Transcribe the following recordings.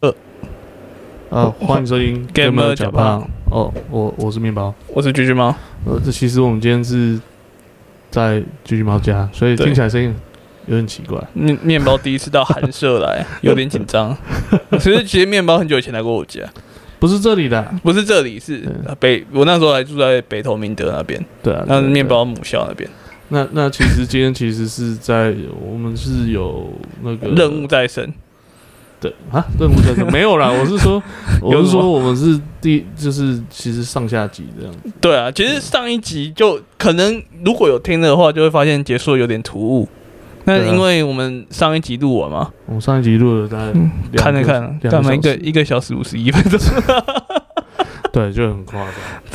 哦啊，欢迎收听 Gamer 假假胖胖。哦，我我是面包。我是橘橘猫，呃，这其实我们今天是在橘橘猫家，所以对听起来声音有点奇怪。面面包第一次到寒 舍来，有点紧张。其实其实面包很久以前来过我家，不是这里的啊，不是这里，是嗯呃北。我那时候还住在北投明德那边，对啊。那对啊面。包母校那边，对啊那那其实今天其实是在我们是有那个任务在身。对啊，任务在身没有啦。我是 说，我有是什么说我们是第就是其实上下集这样。对啊，其实上一集就可能如果有听的话，就会发现结束得有点突兀。那对啊因为我们上一集录完嘛，我们上一集录了大概两个嗯看了看，两干嘛一个个小时一个小时五十一分 钟，对，就很夸张。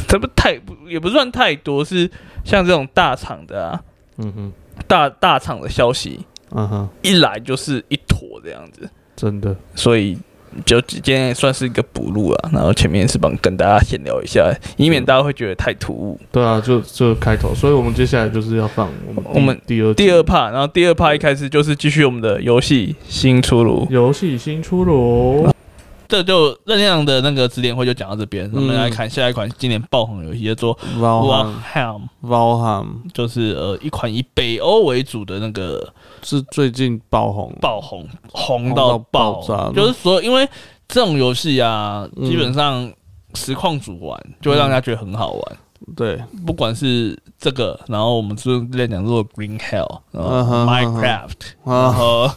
这不太不也不算太多，是像这种大厂的啊，嗯哼，大大厂的消息，嗯哼，一来就是一坨这样子，真的。所以就今天也算是一个补录啊。然后前面是帮跟大家闲聊一下，以免大家会觉得太突兀。对啊，就就开头，所以我们接下来就是要放我们第我们第二集第二 part，然后第二 part 一开始就是继续我们的游戏新出炉，游戏新出炉，这就任天堂的那个指点会就讲到这边，我们来看下一款今年爆红游戏，叫做 Valheim， Valheim 就是呃一款以北欧为主的那个是最近爆红，爆红，红红到到爆爆炸就是所有因为这种游戏啊，嗯基本上实况组玩就会让大家觉得很好玩，对，不管是这个，然后我们之前讲过 Green Hell，然后嗯哼 Minecraft，然啊后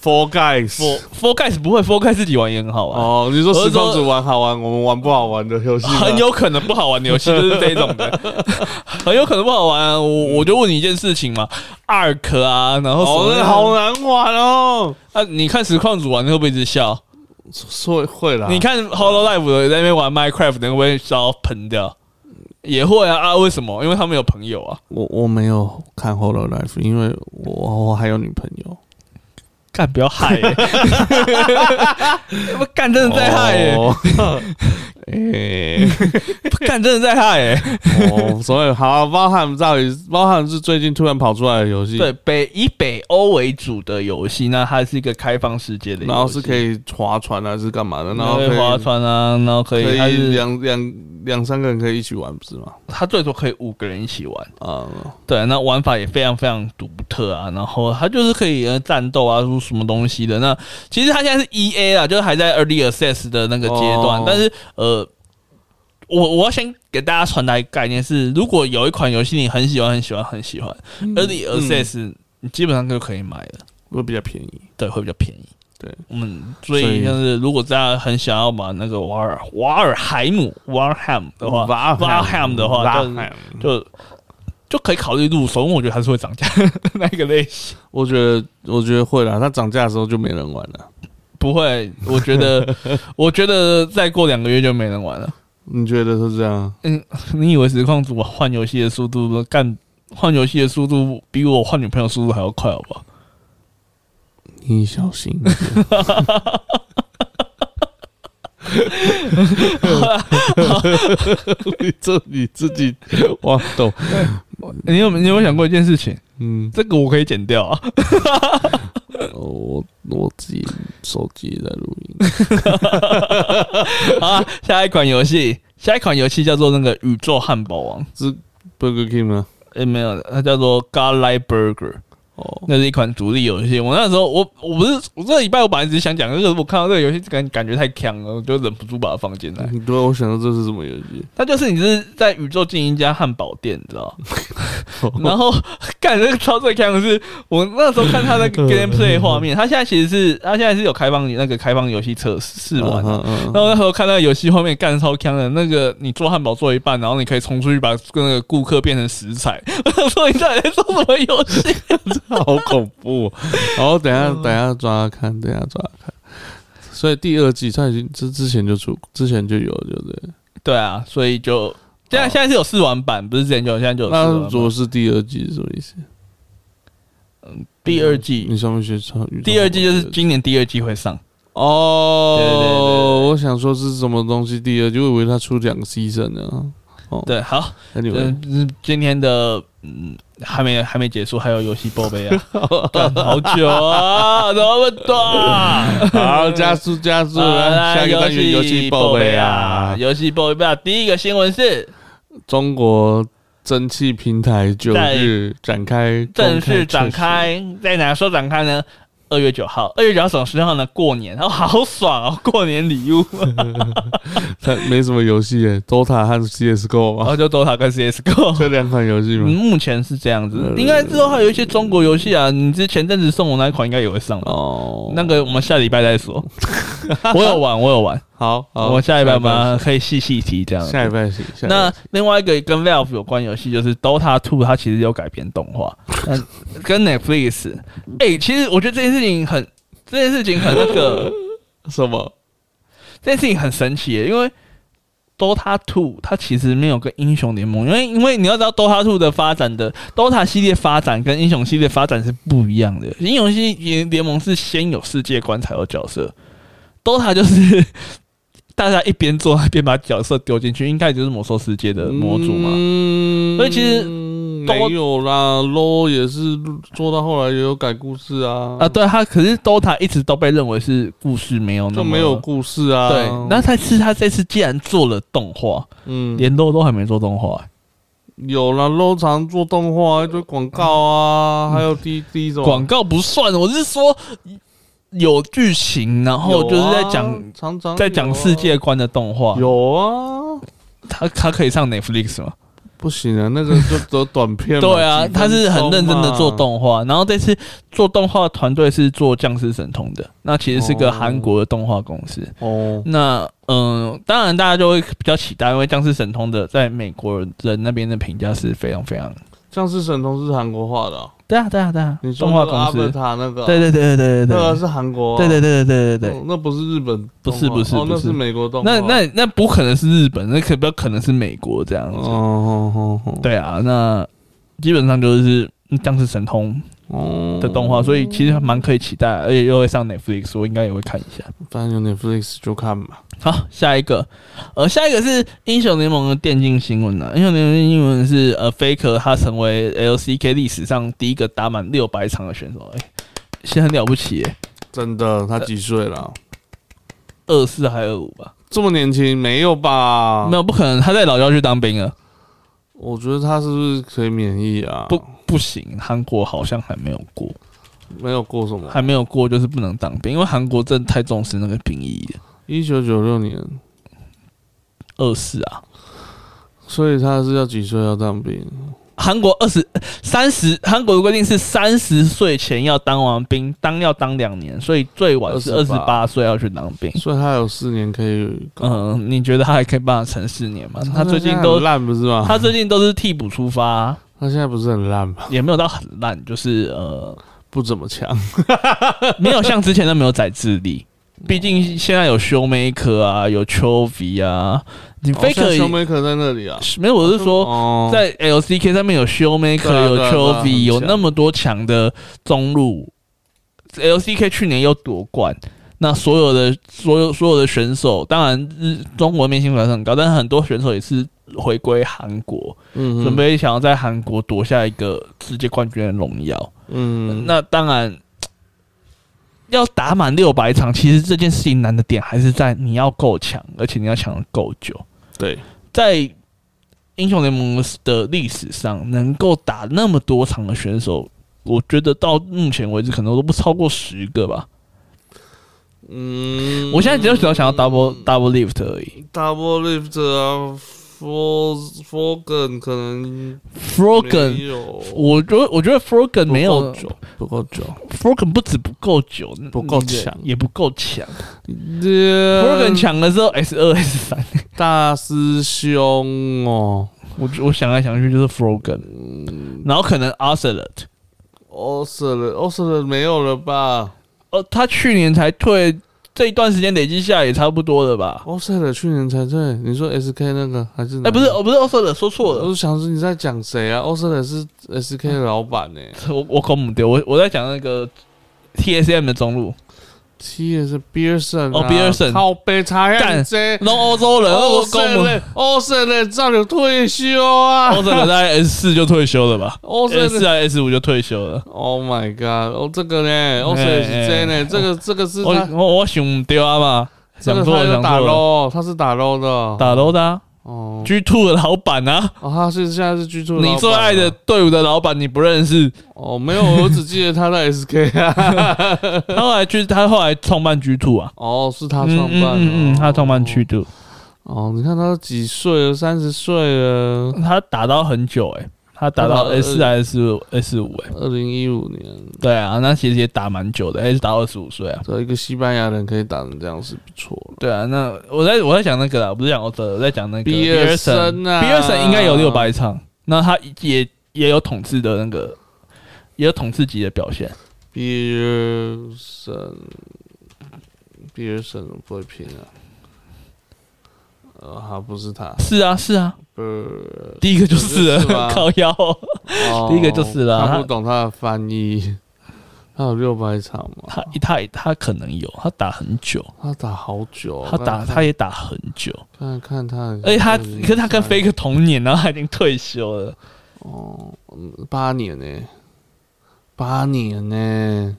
，Four Guys， Four Four Guys 不会 Four Guys 自己玩也很好玩。哦，你说我是实况说组玩好玩，我们玩不好玩的游戏吗，很有可能不好玩的游戏就是这一种的， 很有可能不好玩、啊。我我就问你一件事情嘛，Ark 啊，然后什哦，么那 好难玩哦，啊，你看实况组玩你会不会一直笑？所以会啦，你看 Hollow Live 的人在那边玩 Minecraft，的人会不会烧喷掉？也会啊啊！为什么？因为他们有朋友啊。我我没有看《Hollow Life》，因为我我还有女朋友，干不要害、 欸！不干真的在害、欸！哦， 哎。不 干真的在害、欸！哦，所以好、啊，包含到底包含是最近突然跑出来的游戏，对，，北以北欧为主的游戏，那它是一个开放世界的游戏，然后是可以划船还是干嘛的，你然后可以划，船啊，然后可可以，以它是两两两三个人可以一起玩，不是吗？它最多可以五个人一起玩。啊、对，那玩法也非常非常独特啊，然后它就是可以呃战斗啊，出什么东西的。那其实它现在是 E A 啊，就是还在 Early Access 的那个阶段，哦但是呃，我我要先给大家传达一个概念是，如果有一款游戏你很喜欢、很喜欢、很喜欢、e 嗯 a r l y Access，、你基本上就可以买了，会比较便宜。对，会比较便宜。对，嗯，所所以以就是如果大家很想要买那个瓦尔瓦尔海姆 Warham 的话瓦，Warham 的话，瓦就是汉，就就可以考虑入手，因为我觉得还是会涨价 那一个类型。我觉得我觉得会啦，它涨价的时候就没人玩了。不会，我觉 得，我觉得再过两个月就没人玩了。 你觉得是这样？你以为实况组换游戏的速度干换游戏的速度比我换女朋友速度还要快，好不好？你小心，你这你自己挖洞。你有你有没有想过一件事情？嗯，这个我可以剪掉啊。我我自己手机在录音。 好啊，下一款游戏，下一款游戏叫做那个《宇宙汉堡王》。是 Burger King 吗？诶，没有，它叫做《Godlike Burger》。哦，那是一款独立游戏。我那时候我我不是我这个礼拜我本来只是想讲，就是我看到这个游戏感感觉太强了，我就忍不住把它放进来。你对我想到这是什么游戏？它就是你是在宇宙进一家汉堡店，你知道？然后干这个超最强的是，我那时候看它那个 gameplay 画面，它现在其实是它现在是有开放那个开放游戏测试试玩啊。嗯然后那时候看到游戏画面干超强的，那个你做汉堡做一半，然后你可以冲出去把那个顾客变成食材。 我说你到底在做什么游戏？ 好恐 怖、哦。然后等一下嗯等一下抓看，等一下抓看。所以第二季它已经之之前就出，之前就有，对不对？对啊，所以就现在哦现在是有试玩版，不是之前就有，现在就有试那玩如版果。是第二季是什么意思？第二季，你上面学唱宇宙第二季就是今年第二季会上，哦，对对对对对我想说是什么东西第二季，我以为他出两个 season 呢。对，好， Anyway，嗯，今天的嗯还没还没结束，还有游戏报备啊， 干好久啊，怎么 多啊？好，加速加 速，来啊下一个单元游戏报备啊！游戏报备啊！第一个新闻是中国蒸汽平台九日展开正式展，开，在哪时候展开呢？二月九号，二月九号什么时候呢？过年，哦，好爽哦，过年礼物，它没什么游戏耶，DOTA 和 CS:GO 然嘛，后哦就 DOTA 跟 CS:GO，这两款游戏嗯，嘛。目前是这样子，呃应该之后还有一些中国游戏啊。你之前阵子送我那一款，应该也会上吧？哦，那个我们下礼拜 再说。我有玩，我有玩，好，好我下礼拜我们可以细细提这样子。下礼拜行。下礼拜行那另外一个跟 Valve 有关游戏就是 Dota Two，它其实有改编动画， 嗯，跟 Netflix。哎、其实我觉得这件事情很，这件事情很那个，什么？这件事情很神奇耶，因为 Dota Two 它其实没有跟英雄联盟，因为因为你要知道 Dota Two 的发展的 Dota 系列发展跟英雄系列发展是不一样的，英雄系联盟是先有世界观才有角色，Dota 就是大家一边做一边把角色丢进去，应该就是魔兽世界的模组嘛。嗯所以其实没有啦，LO 也是做到后来也有改故事啊，啊，对，它可是 DOTA 一直都被认为是故事没有那就么没有故事啊。对，那它是它这次既然做了动画，嗯，连 LO 都还没做动画、欸有啦，LO 常做动画，一堆广告啊，还有滴滴什么嗯广告不算，我是说有剧情，然后哦就是在讲、有啊常常在讲有啊世界观的动画，有啊，它它可以上 Netflix 吗？不行啊，那个 就只有短片嘛。对啊，几分钟嘛它是很认真的做，动画，然后这次做动画团队是做《僵尸神通》的，那其实是个哦韩国的动画公司。哦，那嗯，当然大家就会比较期待，因为《僵尸神通》的在美国人那边的评价是非常非常。僵尸神童是韩国画的哦，对啊，对啊，对啊你，说动画那个阿公贝司。塔那个，啊对，对对对对对那个对是韩国，啊对对对对对对哦，那不是日本动画，不是不是哦不那是是美国动画。那那那不可能是日本，那可不可能是美国这样哦子。哦哦对啊，那基本上就是《僵尸神通哦》的动画，所以其实蛮可以期待，而且又会上 Netflix，我应该也会看一下。反正有 Netflix 就看吧。好，下一个，呃，下一个是英雄联盟的电竞新闻啊呢、英雄联盟的新闻是呃，Faker 他成为 LCK 历史上第一个打满六百场的选手，哎、现在很了不起、欸，真的，他几岁呃了？二四还二五吧？这么年轻？没有吧？没有，不可能，他在老家去当兵啊了，我觉得他是不是可以免疫啊？不，不行，韩国好像还没有过，没有过什么。还没有过就是不能当兵，因为韩国真的太重视那个兵役了。一九九六年，二四啊，所以他是要几岁要当兵？韩国二十三十，韩国的规定是三十岁前要当完兵，当要当两年，所以最晚是二十八28岁要去当兵。所以他有四年可以。嗯，你觉得他还可以办成四年吗？他最近都很烂不是吗？他最近都是替补出发啊、他现在不是很烂吗？也没有到很烂，就是呃， 不怎么强。没有像之前那么有宰智力。毕竟现在有 Showmaker 啊，有 Chovy 啊，你小 Faker 梅哦可在那里啊。没有，我是说哦，在 LCK 上面有 Showmaker，、对啊有对啊 c h 对 o 啊 v 很 y 有强那么多强的中路。LCK 去年又夺冠，那所有的所有所有的选手，当然日中国面薪水很高，但是很多选手也是回归韩国，嗯哼准备想要在韩国夺下一个世界冠军的荣耀。嗯那当然。要打满六百场，其实这件事情难的点还是在你要够强，而且你要强得够久。对在英雄联盟的历史上，能够打那么多场的选手，我觉得到目前为止可能都不超过十个吧。嗯我现在只有只要想要 double double lift 而已。 double lift 啊，for for gun 可能 Frogan，没有我觉得我觉得 Frogan 没不有够久，不够久。 Frogan 不止不够久，不够强嗯也不够强。 Frogan Frogan 强的时候 S 二 S 三， 大师兄哦，我我想来想去就是 Frogan，然后嗯可能 a r s e l o t 奥瑟了，奥瑟了没有了吧？呃，他去年才退，这一段时间累积下来也差不多了吧？奥瑟了去年才对，你说 SK 那个还是哪个？哎、不是，我不是 a r s e l o t 说错了我，想说你在讲谁啊？奥瑟了是 SK 的老板呢、我我搞不对，我我在讲那个 TSM 的中路，踢的是 Beerson 哦，Beerson 啊靠北查干亚这。弄欧洲人，欧我跟哦我森们嘞，欧森嘞，早就退休啊欧洲人在 S 四就退休了吧欧森？S 四还 S 五就退休了。 ！Oh my god！哦，这个呢，欧森也是这哎呢，这个这个是我他，我我想丢啊嘛，这想个做他哦了有想打做了 low，他是打 low 的，打楼的啊哦， G Two 的老板啊，哦，他是现在是居住的老板啊，你最爱的队伍的老板你不 认识，哦，没有，我只记得他在 SK 啊。他后来去他后来创办 G Two 啊，哦，是他嗯创办的、嗯嗯嗯，他创办 G 去。 Two，哦，你看他都几岁了？三十岁了，他打到很久哎、他打他到打 S 还是 S 五哎，二零一五年，对啊，那其实也打蛮久的，还是打二十五岁啊。对，一个西班牙人可以打成这样是不错了。对啊，那我在我在讲那个啦，我不是讲欧洲的，我在讲那个比尔森啊比尔森应该有六百场，那他也也有统治的那个，也有统治级的表现。比尔森，比尔森我不会拼啊。呃，好，不是他，是啊，是啊，不第一个就是了是吧 靠腰哦，哦第一个就是啦看不懂他的翻译。他有六百场吗？他他他可能有，他打很久，他打好久哦，他打看他也打很久，看看他很像而且他二零一可是他跟三飞哥同年，然后他已经退休 了。哦，嗯八年呢、八年呢、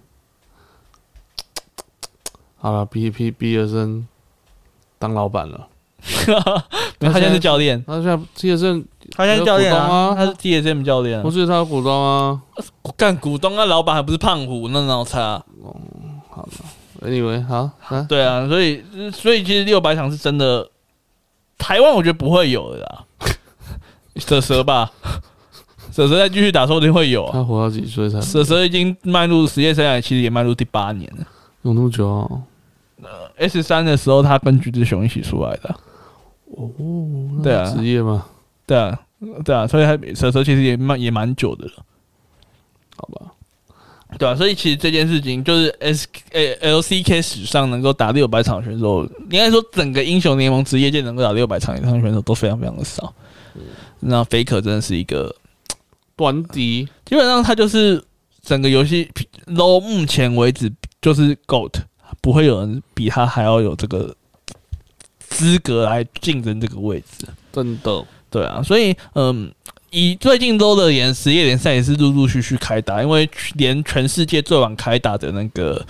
好了，B P 毕业生当老板了。他现在是教练，他现在毕业生，他现在是教练啊，有股东他啊是 TSM 教练啊我。记得他有股东啊。干股东啊，老板还不是胖虎，那脑差。好了，Anyway，好，啊、对啊，所以所以其实六百场是真的，台湾我觉得不会有的啦。蛇蛇吧，蛇蛇再继续打，说不定会有、啊。他活到几岁才蛇蛇已经迈入职业生涯，其实也迈入第八年了。有那么久、哦？ S 三的时候，他跟橘子熊一起出来的啊，哦，那对啊职业嘛，对啊，对啊，所以他蛇蛇其实也蛮也蛮久的了，好吧。对啊，所以其实这件事情就是 S A L C K 史上能够打六百场的选手，应该说整个英雄联盟职业界能够打六百场以上的选手都非常非常的少。那 Faker 真的是一个短笛基本上他就是整个游戏 low 目前为止就是 GOAT，不会有人比他还要有这个资格来竞争这个位置。真的，对啊，所以嗯，以最近 low 的联职业联赛也是陆陆续续开打，因为连全世界最晚开打的那个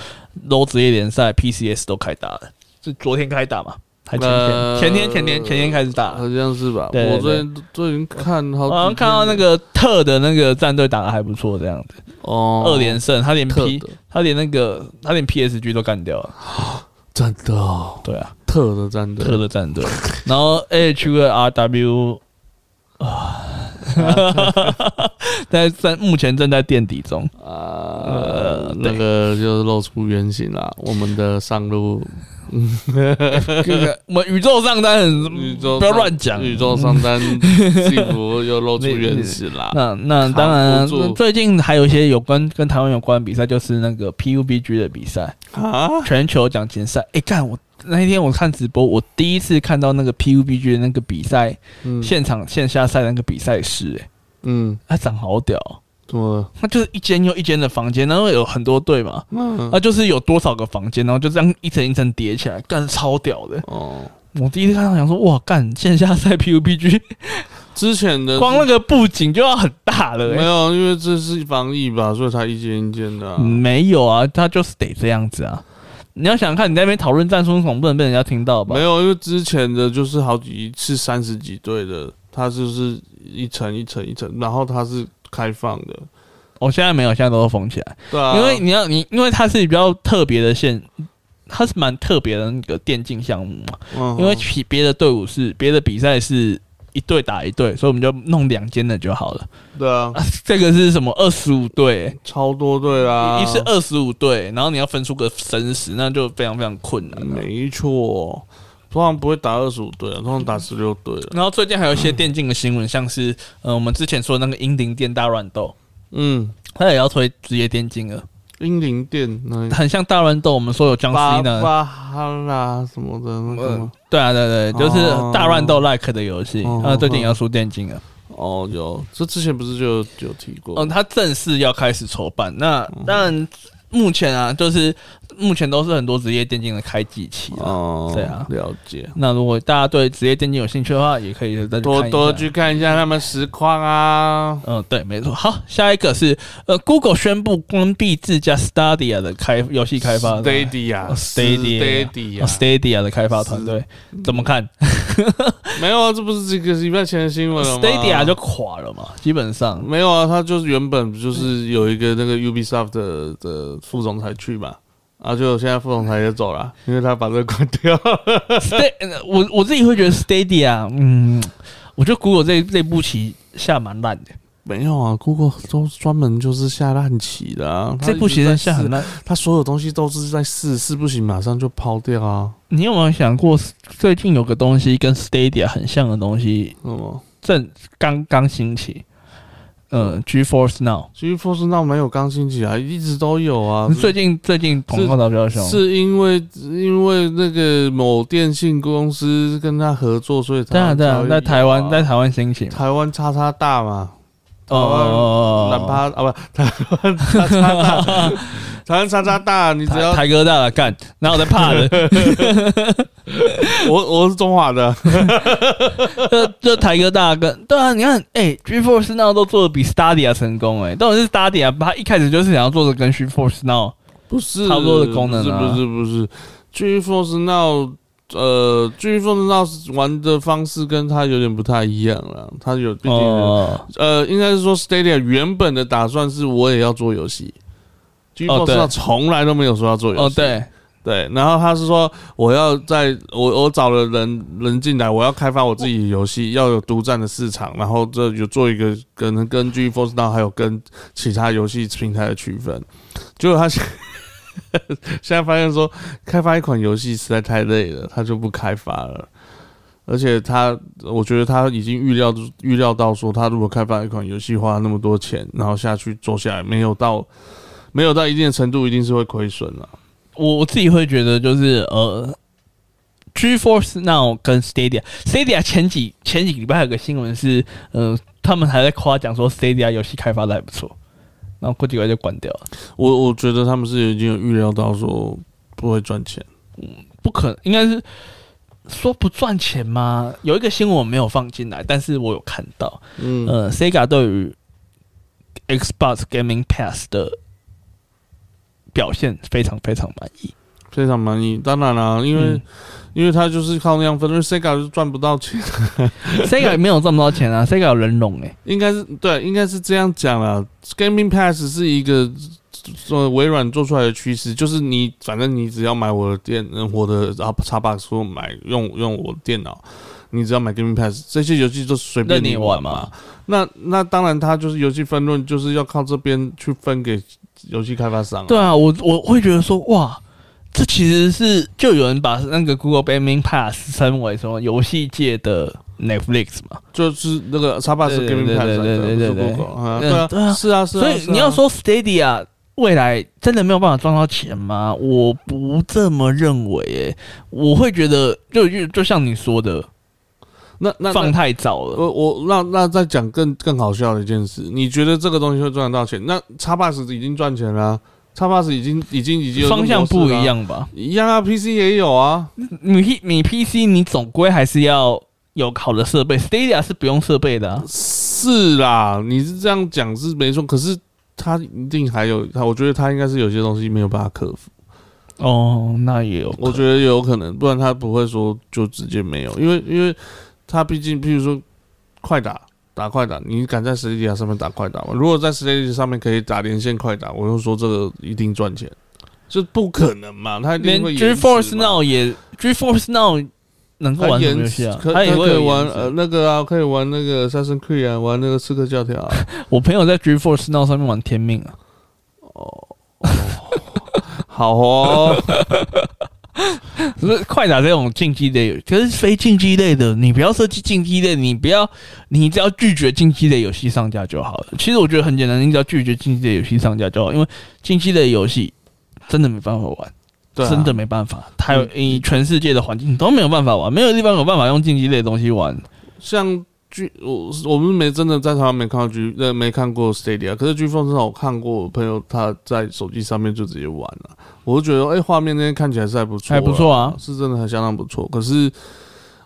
low 职业联赛 PCS 都开打了，是昨天开打嘛？还前天？呃前天前天前天开始打。好像是吧？对对我最近最近看好几天，我好像看到那个特的那个战队打的还不错，这样子哦，二连胜，他连特 P 的，他连那个他连 PSG 都干掉了，真的哦，对啊，特的战队，特的战队，然后 H 和 RW 啊，但在目前正在垫底中，啊呃，那个就露出原形 啦。我们的上路这个我们宇宙上单很宇宙不要上乱讲宇宙上单幸福又露出原形 啦。那那当然扛不住，最近还有一些有关跟台湾有关的比赛，就是那个 PUBG 的比赛，啊，全球奖金赛。哎，干我那一天我看直播，我第一次看到那个 PUBG 的那个比赛嗯现场线下赛那个比赛室，哎，嗯，他长好屌哦、怎么了？它就是一间又一间的房间，然后有很多队嘛，嗯啊，就是有多少个房间，然后就这样一层一层叠起来，干超屌的。哦，我第一次看到想说，哇，干线下赛 PUBG，之前的光那个布景就要很大了、没欸。有，因为这是防疫吧，所以才一间一间的啊。没有啊，他就是得这样子啊。你要想想看，你在那边讨论战术，总不能被人家听到吧没？有，因为之前的就是好几次三十几队的，它就是一层一层一层，然后它是开放的，我、哦现在没有，现在都封起来，对啊，因为你要你，因为它是比较特别的线，它是蛮特别的那个电竞项目嘛。嗯因为其别的队伍是别的比赛是一队打一队，所以我们就弄两间的就好了。对啊，这个是什么？二十五队，欸超多队啊啦，一次二十五队，然后你要分出个生死，那就非常非常困难了。没错，通常不会打二十五队啊，通常打十六队啊了。然后最近还有一些电竞的新闻，像是呃我们之前说的那个英灵店大乱斗，嗯，它也要推职业电竞了，英灵殿那很像大乱斗。我们说有僵巴尸呢，巴哈拉什么的那个吗？对啊对对，就是大乱斗 like 的游戏，哦啊最近也要出电竞了。呃哦，哦有，这之前不是就有就有提过？哦嗯，他正式要开始筹办。那当然，目前啊，就是目前都是很多职业电竞的开季期啊。哦，对啊了解。那如果大家对职业电竞有兴趣的话，也可以再去多看一下多去看一下他们实况啊。嗯，对，没错。好，下一个是呃，Google 宣布关闭自家 Stadia 的开游戏开发 Stadia 啊哦 Stadia Stadia 啊哦 Stadia 的开发团队怎么看嗯 没有啊，这不是几个礼拜前的新闻了吗？Stadia 就垮了嘛，基本上。没有啊，他就是原本就是有一个那个 Ubisoft 的的副总裁去嘛，啊，就现在副总裁也走了，因为他把这个关掉了。 Sta 呃我我自己会觉得 Stadia，嗯，我觉得 Google 这这步棋下蛮烂的， 没有啊，Google 都专门就是下烂棋的啊，他这步棋一直真在的下很试，烂。他所有东西都是在试，试不行马上就抛掉啊。你有没有想过，最近有个东西跟 Stadia 很像的东西什么正刚刚兴起？嗯，GeForce Now， ？GeForce Now 没有刚兴起啊，一直都有啊。最近最近广告打比较凶，是因为因为那个某电信公司跟他合作，所以对啊他对啊，在台湾在在台湾兴起嘛，台湾叉叉大嘛，哦哦南趴啊不，台湾叉叉 大，台湾叉叉大，你只台要台哥大了干，然后我在 怕的，我我是中华的，就就台哥大跟对啊，你看，哎、g f o r c e Now 都做的比 Stadia 成功、哎，但我是 Stadia，他一开始就是想要做的跟 GeForce Now， 不是差不多的功能不是啊不是不是，GeForce Now 呃，GeForce Now 玩的方式跟它有点不太一样了，它有毕竟有、哦，呃，应该是说 Stadia 原本的打算是我也要做游戏。哦 GeForce 对 Now 从来都没有说要做游哦戏，对，对，然后他是说我要在我我找了人人进来，我要开发我自己的游戏，要有独占的市场，然后这有做一个可能根据 Force Now 还有跟其他游戏平台的区分。结果他 现现在发现说，开发一款游戏实在太累了，他就不开发了。而且他，我觉得他已经预料预料到说，他如果开发一款游戏花那么多钱，然后下去做下来，没有到没有到一定的程度，一定是会亏损了。我我自己会觉得就是呃。GeForce Now 跟 Stadia，Stadia 前几前几个礼拜有个新闻是，呃，他们还在夸奖说 Stadia 游戏开发的还不错，然后过几个月就关掉了。我我觉得他们是已经有预料到说不会赚钱，不可能，应该是说不赚钱吗？有一个新闻我没有放进来，但是我有看到，嗯，呃，Sega 对于 Xbox Gaming Pass 的表现非常非常满意。非常满意。当然啦、因为、嗯因为他就是靠那样分，因为 Sega 就赚不到钱， Sega 没有赚不到钱啊，Sega 有人龙哎、应该是对，应该是这样讲啦。Gaming Pass 是一个呃微软做出来的趋势，就是你反正你只要买我的电，呃我的啊叉 box 或买用用我的电脑，你只要买 Gaming Pass，这些游戏就随便任你玩玩嘛。嘛那那当然，它就是游戏分论，就是要靠这边去分给游戏开发商、啊。对啊，我我会觉得说哇。这其实是就有人把那个 Google Gaming Pass 称为什么游戏界的 Netflix 嘛，就是那个叉 box 对 gaming 对 pass，对对对对不是对 Google 啊，嗯对啊，对啊是啊，是啊。所以是啊你要，说 Stadia 未来真的没有办法赚到钱吗？我不这么认为、诶，我会觉得就就就像你说的，那那放那太早了。我我那那再讲更更好笑的一件事，你觉得这个东西会赚得到钱？那叉 box 已经赚钱了啊，叉 box 已经已经已经有这个方向模式不了啊一，样吧？一样啊，PC 也有啊，你 P 你 PC 你总归还是要有好的设备，Stadia 是不用设备的啊、是啦，你是这样讲是没错，可是它一定还有，它我觉得它应该是有些东西没有办法克服。哦，那也有可能，我觉得有可能，不然他不会说就直接没有，因为因为他毕竟，譬如说快打打快打，你敢在 Stadia 上面打快打吗？如果在 Stadia 上面可以打连线快打，我就说这个一定赚钱，这不可能嘛，他一定连会延迟嘛 GeForce Now 也 GeForce Now 能够他玩什么延游迟戏啊？可它他也会可以有玩延迟呃那个啊，可以玩那个 Assassin's Creed 啊，玩那个刺客教条啊， 我朋友在 GeForce Now 上面玩天命啊。好哦，不是快打这种竞技类，可是非竞技类的，你不要设计竞技类，你不要，你只要拒绝竞技类游戏上架就好了。其实我觉得很简单，你只要拒绝竞技类游戏上架就好，因为竞技类游戏真的没办法玩， 对啊 真的没办法。还有嗯 你全世界的环境都没有办法玩，没有地方有办法用竞技类的东西玩。像 G 我我们没真的在台湾没看到 G 呃没看过 Stadia，可是 G Phone 至少我看过我朋友他在手机上面就直接玩了，我就觉得哎画、面那些看起来是还不错，还不错啊是真的还相当不错。可是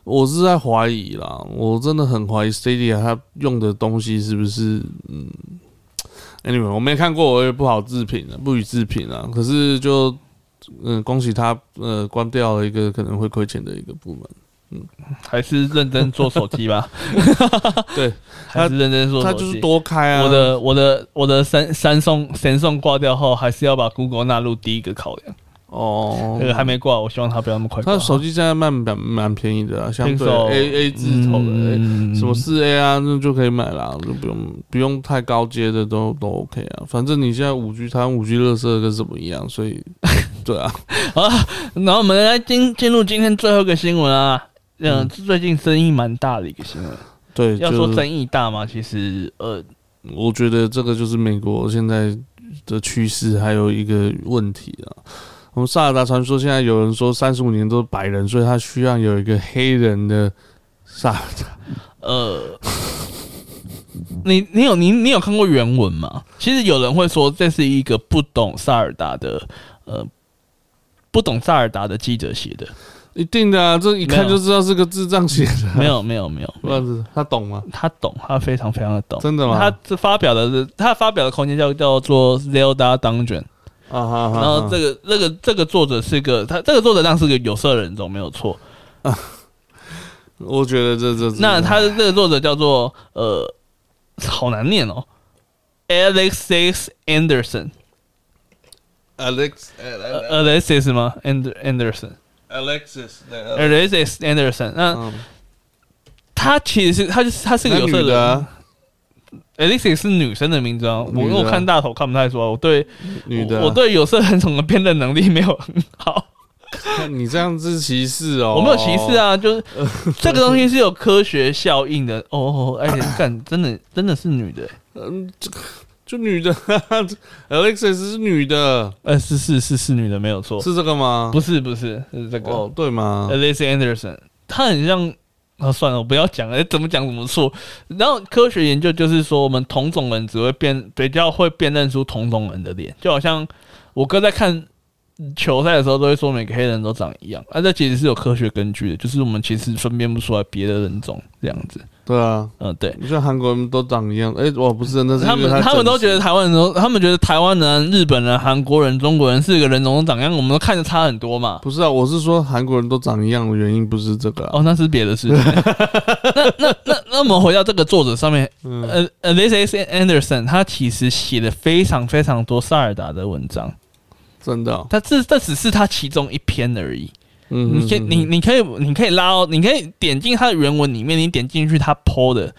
我是在怀疑啦，我真的很怀疑 Stadia 它用的东西是不是嗯，anyway 我没看过，我也不好置评了，不予置评啊。可是就嗯恭喜他呃关掉了一个可能会亏钱的一个部门。还是认真做手机吧。 对，还是认真做手他机。就是多开啊！我的我的我的三三送神送挂掉后，还是要把 Google 纳入第一个考量。哦，那个还没挂，我希望它不要那么快挂。他的手机现在卖蛮蛮便宜的、啊，相对 Pixel A A 字头的、A 嗯什么四 A 啊，那就可以买啦，就不用不用太高阶的都都 OK 啊。反正你现在五 G 台湾五 G 乐色跟什么一样，所 以对啊，然后我们来进进入今天最后一个新闻啊，嗯，最近争议蛮大的一个新闻。对，要说嗯就是争议大嘛，其实呃，我觉得这个就是美国现在的趋势，还有一个问题啊。我们《萨尔达传说》现在有人说三十五年都是白人，所以他需要有一个黑人的萨尔达。 呃，你你有你你有看过原文吗？其实有人会说这是一个不懂萨尔达的呃不懂萨尔达的记 者写的，一定的啊，这一看就知道是个智障写的啊、没有没有没有，不然是他懂吗？他懂，他非常非常的懂。真的吗？他这发表的是他发表的空间叫叫做 Zelda Dungeon，啊哈哈，然后这个个这个这个作者是个他这个作者当然是个有色人种没有错，我觉得这这那他嗯的这个作者叫做呃，好难念哦，Alexis Anderson， Alex 呃 Alexis 吗？And Anderson，Alexis Alexis 的 Anderson，那嗯，他其实是他就是他是个有那色女的人啊，Alexis 是女生的名字啊，我女的我看大头看不太出来，我对女的啊，我我对有色人种的辨认能力没有很好。你这样是歧视哦，我没有歧视，啊，就是 这个东西是有科学效应的哦，而且干真的真的是女的欸，嗯，这就女的，Alexis 是女的，呃是是是是女的没有错，是这个吗？不是不是是这个哦，对吗？ Alice Anderson，她很像啊，算了，我不要讲了，怎么讲怎么错。然后科学研究就是说，我们同种人只会辨比较会辨认出同种人的脸，就好像我哥在看球赛的时候都会说每个黑人都长一样，啊，这其实是有科学根据的，就是我们其实分辨不出来别的人种这样子，对啊，嗯，对。你像韩国人都长一样，哎，我不是，那是因为他们他他们都觉得得台湾人都，他们觉得台湾人、日本人、韩国人、中国人四个人种都长样，我们都看着差很多嘛。不是啊，我是说韩国人都长一样的原因不是这个啊，哦，那是别的 事情。那那那那我们回到这个作者上面，嗯呃呃，This is Anderson，他其实写了非常非常多塞尔达的文章，真的哦，他这这只是他其中一篇而已。嗯，你可以你你可以你可以拉哦，你可以点进他的原文里面，你点进去他 PO 的，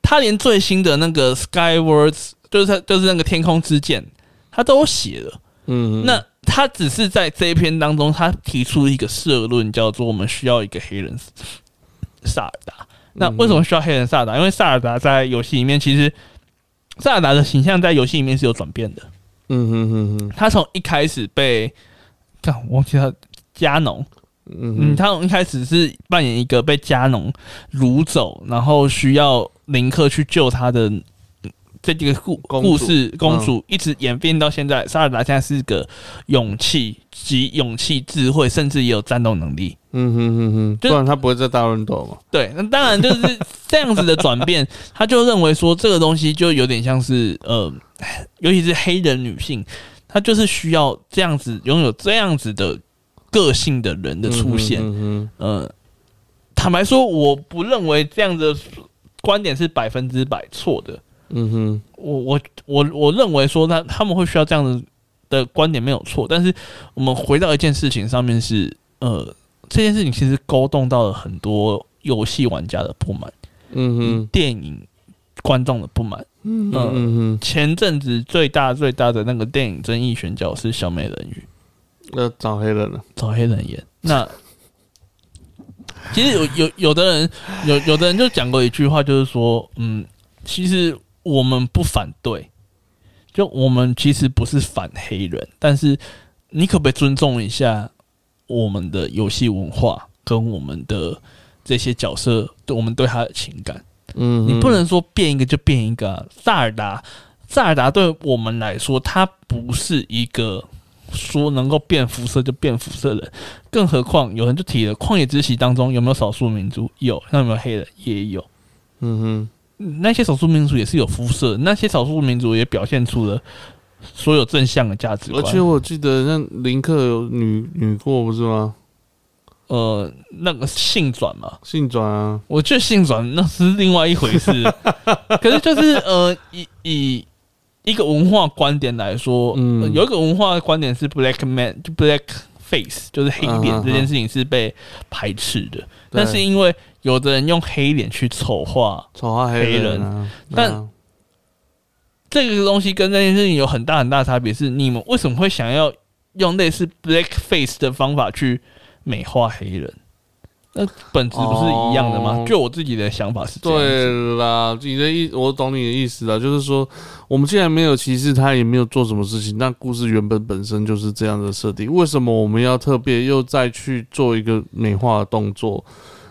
他连最新的那个 Skywards，就是他就是那个天空之剑，他都写了。嗯，那他只是在这一篇当中，他提出一个社论，叫做我们需要一个黑人萨尔达。那为什么需要黑人萨尔达？因为萨尔达在游戏里面，其实萨尔达的形象在游戏里面是有转变的。嗯哼哼哼，他从一开始被，看我忘记他加农，嗯嗯，哼他从一开始是扮演一个被加农掳走，然后需要林克去救他的嗯这几个故公主故事公嗯主，一直演变到现在。萨尔达现在是一个勇气及勇气、智慧，甚至也有战斗能力。嗯哼哼哼，就不然他不会在大乱斗嘛，对，那当然就是这样子的转 变，他就认为说这个东西就有点像是呃，尤其是黑人女性，她就是需要这样子拥有这样子的个性的人的出现。嗯哼哼呃，坦白说，我不认为这样的观点是百分之百错的。嗯哼。我我我我认为说他他们会需要这样子的观点没有错，但是我们回到一件事情上面是，呃，这件事情其实勾动到了很多游戏玩家的不满，嗯电影观众的不满。哼，嗯嗯前阵子最大最大的那个电影争议选角是小美人鱼，哼，要找黑人了。找黑人演。那 其实有有有的人有有的人就讲过一句话，就是说，嗯，其实我们不反对，就我们其实不是反黑人，但是你可不可以尊重一下我们的游戏文化跟我们的这些角色，对我们对他的情感？嗯，你不能说变一个就变一个啊、萨尔达，萨尔达对我们来说，它不是一个说能够变肤色就变肤色的人，更何况有人就提了，旷野之息当中有没有少数民族？有，那有没有黑人？也有。嗯哼，那些少数民族也是有肤色，那些少数民族也表现出了所有正向的价值而观。且我记得那林克有女女过不是吗？呃，那个性转嘛，性转啊，我觉得性转那是另外一回 事。可是就是呃，以以一个文化观点来说，嗯呃有一个文化观点是 black man 就 black face 就是黑嗯脸嗯这件事情是被排斥的，对但是因为有的人用黑脸去丑化丑化黑人黑啊，但对啊这个东西跟那件事情有很大很大的差别，是你们为什么会想要用类似 blackface 的方法去美化黑人？那本质不是一样的吗？哦就我自己的想法是这样子，对啦，你的意我懂你的意思了，就是说我们既然没有歧视他，也没有做什么事情，那故事原本本身就是这样的设定，为什么我们要特别又再去做一个美化的动作？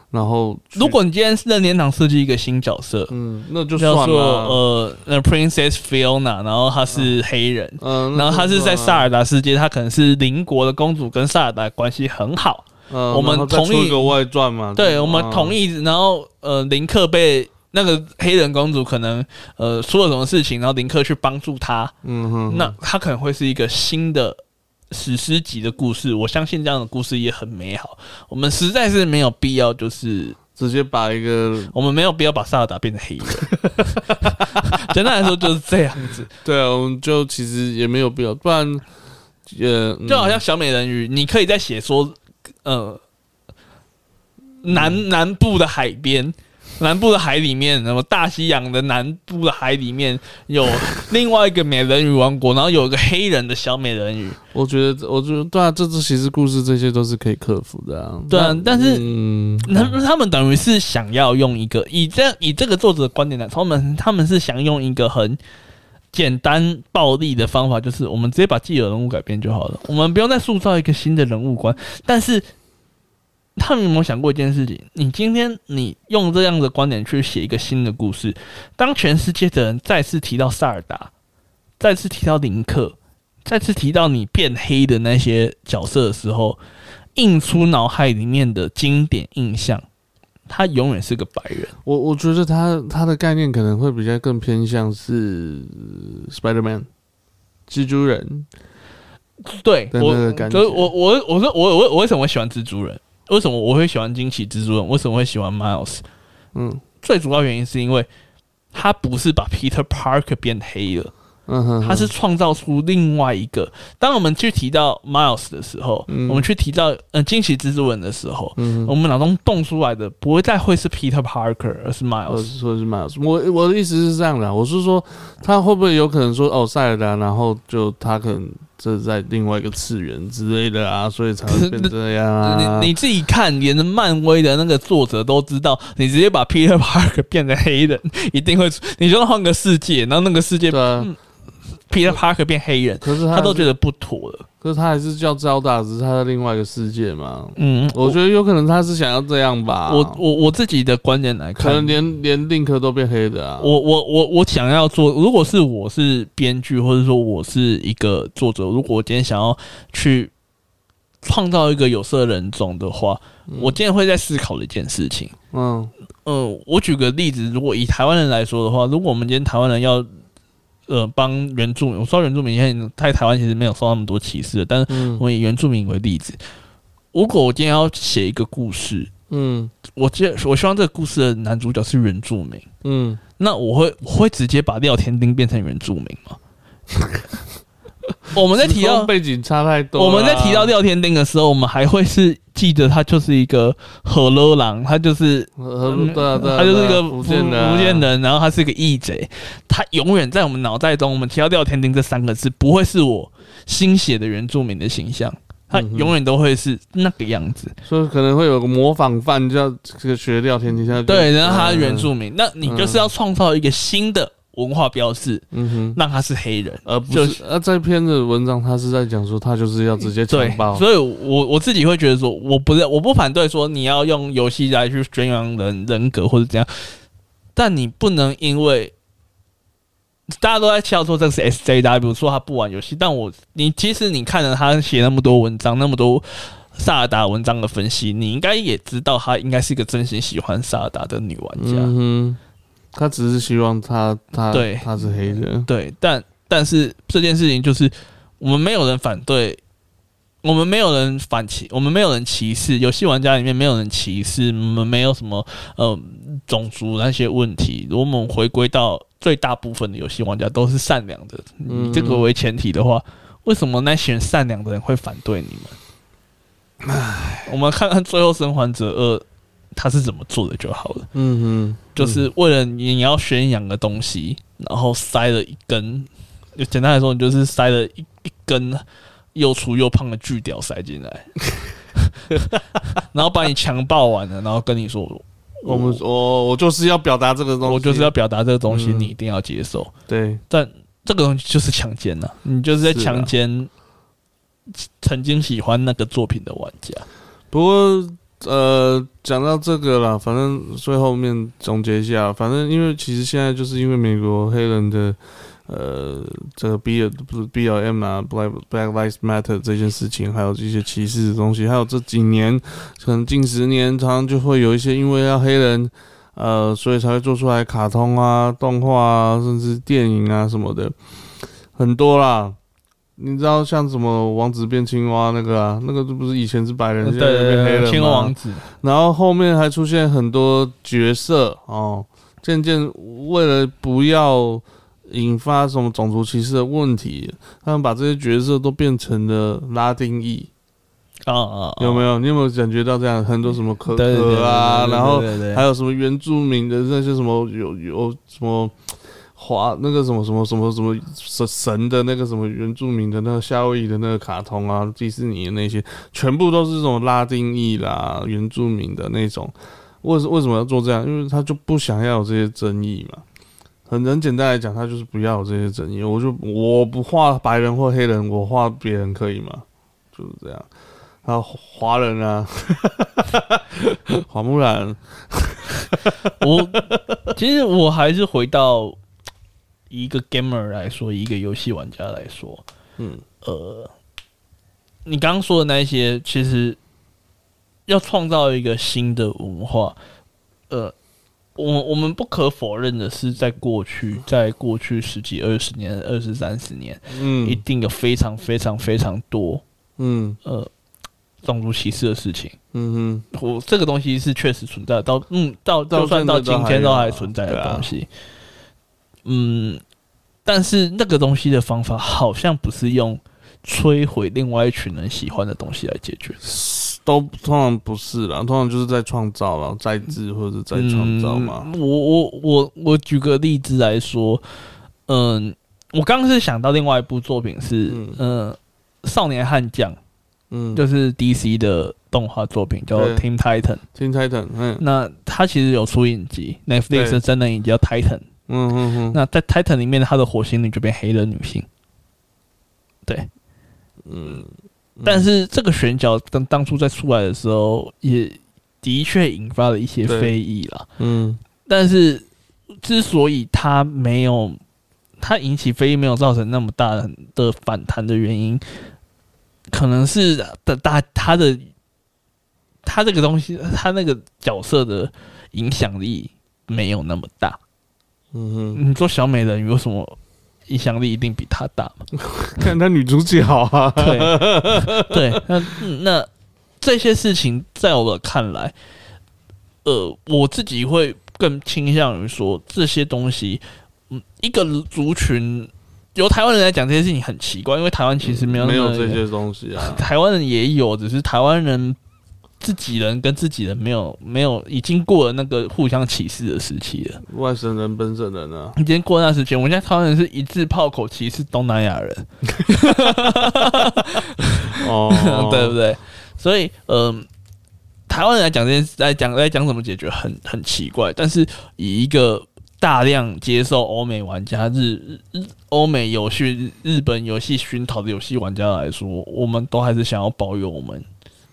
然后去，如果你今天是任天堂设计一个新角色，嗯，那就叫算做了，呃那 Princess Fiona，然后她是黑人，嗯，然后她是在萨尔，尔达世界，她可能是邻国的公主，跟萨尔达关系很好。嗯，我们然后再同意出一个外传嘛？啊对，我们同意，意。然后呃，林克被那个黑人公主可能呃出了什么事情，然后林克去帮助她，嗯哼，那她可能会是一个新的史诗级的故事。我相信这样的故事也很美好。我们实在是没有必要，就是直接把一个我们没有必要把萨尔达变成黑人。 简单来说就是这样子，对啊，我们就其实也没有必要，不然也、嗯就好像小美人鱼，你可以在写说，呃，南南部的海边。南部的海里面，那么大西洋的南部的海里面有另外一个美人鱼王国，然后有一个黑人的小美人鱼。我觉得，我觉得对啊，这这其实故事这些都是可以克服的啊。对啊那但是嗯，那他们等于是想要用一个以这样以这个作者的观点来，他们他们是想用一个很简单暴力的方法，就是我们直接把既有人物改变就好了，我们不用再塑造一个新的人物观。但是他们有没有想过一件事情？你今天你用这样的观点去写一个新的故事，当全世界的人再次提到萨尔达，再次提到林克，再次提到你变黑的那些角色的时候，映出脑海里面的经典印象，他永远是个白人。我我觉得他他的概念可能会比较更偏向是呃 Spider Man，蜘蛛人。对对那个我，感就是觉我我我说我我我为什么会喜欢蜘蛛人？为什么我会喜欢惊奇蜘蛛人？为什么会喜欢 Miles？嗯最主要原因是因为他不是把 Peter Parker 变黑了，嗯哼哼，他是创造出另外一个。当我们去提到 Miles 的时候，嗯我们去提到呃惊奇蜘蛛人的时候，嗯我哼，们脑中蹦出来的不会再会是 Peter Parker，而是我 Miles。是说是 Miles，我我的意思是这样的啊，我是说他会不会有可能说哦塞尔达，然后就他可能这在另外一个次元之类的啊，所以才会 变这样啊。你你自己看，连漫威的那个作者都知道，你直接把 Peter Parker 变成黑人，一定会出。你就算换个世界，然后那个世界对啊， Peter Parker 变黑人，可是他嗯他都觉得不妥了。可是他还是叫招大，只是他在另外一个世界嘛。嗯，我觉得有可能他是想要这样吧。我我我自己的观点来可看能，连连令科都变黑的啊。我我我我想要做，如果是我是编剧，或者说我是一个作者，如果我今天想要去创造一个有色人种的话，我今天会在思考的一件事情。嗯嗯，我举个例子，如果以台湾人来说的话，如果我们今天台湾人要呃帮原住民，我说原住民现在在台湾其实没有受到那么多歧视的，但是嗯我们以原住民为例子，如果我今天要写一个故事，嗯我接我希望这个故事的男主角是原住民，嗯，那我会我会直接把廖天丁变成原住民吗？ 我们在 提时到空背景差太多了啊。我们在提到廖天丁的时候，我们还会是记得他就是一个河洛郎，他就是和路对啊对啊，他就是一个对啊福福建的福建，人，然后他是一个义贼，他永远在我们脑袋中，我们提到“廖天丁”这三个字，不会是我新写的原住民的形象，他嗯哼永远都会是那个样子。所以可能会有个模仿犯叫这个学廖天天。现在就对，然后他是原，住民，那你就是要创造一个新的文化标志，嗯嗯哼，让他是黑人。而不就是是呃，这篇的文章他是在讲说他就是要直接对强，暴。所以我我自己会觉得说，我不是我不反对说你要用游戏来去宣扬人人格或者怎样，但你不能因为大家都在笑说这是 SJW，说他不玩游戏，但我你其实你看了他写那么多文章，那么多萨尔达文章的分析，你应该也知道他应该是一个真心喜欢萨尔达的女玩家，嗯哼，他只是希望他他对他是黑人，对，但但是这件事情就是我们没有人反对，我们没有人反歧，我们没有人歧视，游戏玩家里面没有人歧视，我们没有什么呃种族那些问题。如果我们回归到最大部分的游戏玩家都是善良的，以这个为前提的话，为什么那些人善良的人会反对你们？我们看看《最后生还者二》他是怎么做的就好了。嗯哼，就是为了你要宣扬的东西，然后塞了一根，就简单来说，你就是塞了一一根又粗又胖的巨屌塞进来， 然后把你强暴完了，然后跟你说，我们我我就是要表达这个东西，我就是要表达这个东西，嗯你一定要接受，对，但这个东西就是强奸呐，你就是在是啊强奸啊曾经喜欢那个作品的玩家，不过呃，讲到这个啦，反正最后面总结一下，反正因为其实现在就是因为美国黑人的呃这个 B 不是 BLM 啊 Black Black Lives Matter 这件事情，还有一些歧视的东西，还有这几年可能近十年，常常就会有一些因为要黑人。呃，所以才会做出来卡通啊、动画啊，甚至电影啊什么的，很多啦。你知道像什么《王子变青蛙》那个啊，那个不是以前是白人，对现在变黑人对嘛对，青王子，然后后面还出现很多角色哦，渐渐为了不要引发什么种族歧视的问题，他们把这些角色都变成了拉丁裔，啊啊，有没有？你有没有感觉到这样？很多什么可有对对可对啊，然后还还有什么原住民的那些什么有有什么华那个什么什么什么什么神神的那个什么原住民的那个夏威夷的那个卡通啊，迪士尼的那些，全部都是这种拉丁裔啦、原住民的那种。为什为什么要做这样？因为他就不想要有这些争议嘛。很很简单来讲，他就是不要有这些争议。我就我不画白人或黑人，我画别人可以吗？就是这样。还有华人啊，花木兰，我其实我还是回到以一个 gamer 来说，以一个游戏玩家来说，嗯，呃，你刚刚说的那一些，其实要创造一个新的文化，呃，我我们不可否认的是，在过嗯去，在过去十几、二十年、二十三十年，一嗯定有非常非常非常多嗯呃种族歧视的事情。嗯我这个东西是确实存在的到嗯到到就算到今现在天都都还有啊还存在的东西，嗯，但是那个东西的方法好像不是用摧毁另外一群人喜欢的东西来解决，哼，都通常不是啦，通常就是在创造啦，在制或者在创造嘛。嗯我我我我举个例子来说，嗯，我刚刚是想到另外一部作品是嗯嗯。少年悍将嗯，就是是 DC 的动画作品，叫对 Team Titan。 Teen Titan，嗯那它其实有出影集对，Netflix 的真人影集叫 Titan。嗯嗯嗯，那在 Titan 里面，她的火星女就变黑人女性。对，嗯，但是这个选角当当初在出来的时候，也的确引发了一些对非议啦。嗯但是之所以它没有它引起非议，没有造成那么大的反弹的原因，可能是呃的大它的它这个东西，它那个角色的影响力没有那么大。嗯你做小美人鱼为什么影响力一定比她大嘛？哼，看她女主角啊，对对，那嗯那这些事情在我看来，呃，我自己会更倾向于说这些东西，嗯，一个族群由台湾人来讲这些事情很奇怪，因为台湾其实没有没那有么这些东西 啊。台湾人也有，只是台湾人自己人跟自己人没有没有已经过了那个互相歧视的时期了。外省人、本省人 啊，你今天过那段时间，我们现在台湾人是一致炮口歧视东南亚人，，哦 对不对？所以，嗯、台湾人来讲这件事，来讲来讲怎么解决很很奇怪，但是以一个大量接受欧美玩家、日日日欧美游戏、日本游戏熏陶的游戏玩家来说，我们都还是想要保有我们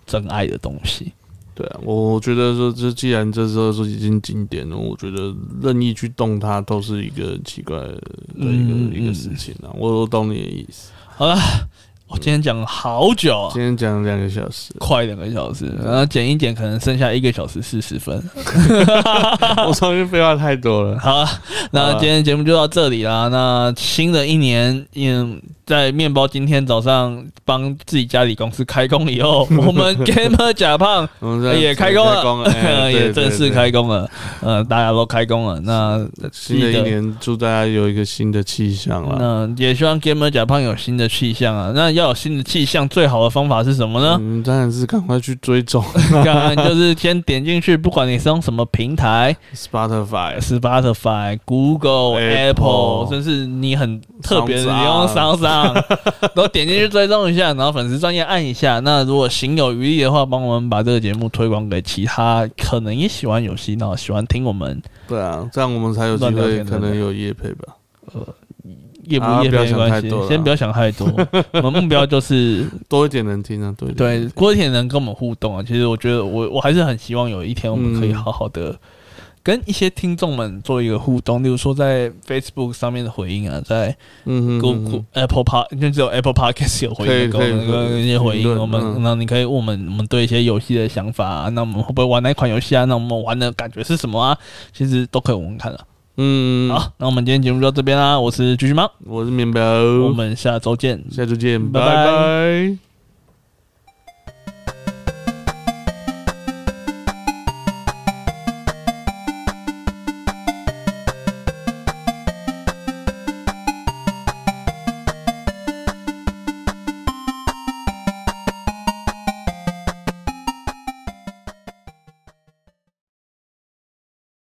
真爱的东西。对啊，我我觉得说，这既然这时候说已经经典了，我觉得任意去动它都是一个奇怪的一个、嗯嗯一个事情啊。我我懂你的意思。好了，我今天讲了好久啊，今，天讲两个小时快两个小时，然后剪一剪，可能剩下一个小时四十分。 我上去废话太多了。好啊，那好啊今天节目就到这里啦。那新的一年，嗯，在面包今天早上帮自己家里公司开工 以后，我们 Gamer 甲胖我们这样哎也子开工开工了，了，哎 也正式。对对对开工了。呃，大家都开工了，那新的一年，祝大家有一个新的气象啦。那也希望 Gamer 甲胖有新的气象啊。那要有新的气象，最好的方法是什么呢？嗯，当然是赶快去追踪 刚刚就是先点进去，不管你是用什么平台 Spotify， ，Spotify、Google、 Apple Apple，甚至你很特别的，你 Sound 用 Sound 都点进去追踪一下，然后粉丝专业按一下。那如果行有余力的话，帮我们把这个节目推广给其他可能也喜欢游戏，然后喜欢听我们对啊，这样我们才有机乱聊会天可能有业配吧。业不啊业不要没想关太系多，了先不要想 太多。我们目标就是多一点人听啊，多一点人对听。郭铁能跟我们互动啊，其实我觉得我我还是很希望有一天我们可嗯以好好的跟一些听众们做一个互动，例如说在 Facebook 上面的回应啊，在嗯哼嗯 Google 哼、 Apple Pod 就只有 Apple Podcast 有回可以应，跟我可以可们以跟一些回评应，论我们嗯那你可以问我们我们对一些游戏的想法啊，那我们会不会玩哪一款游戏啊？那我们玩的感觉是什么啊？其实都可以问问看啊。嗯，好，那我们今天节目就到这边啦，我是橘橘猫，我是面包，我们下周见，下周见，拜拜拜拜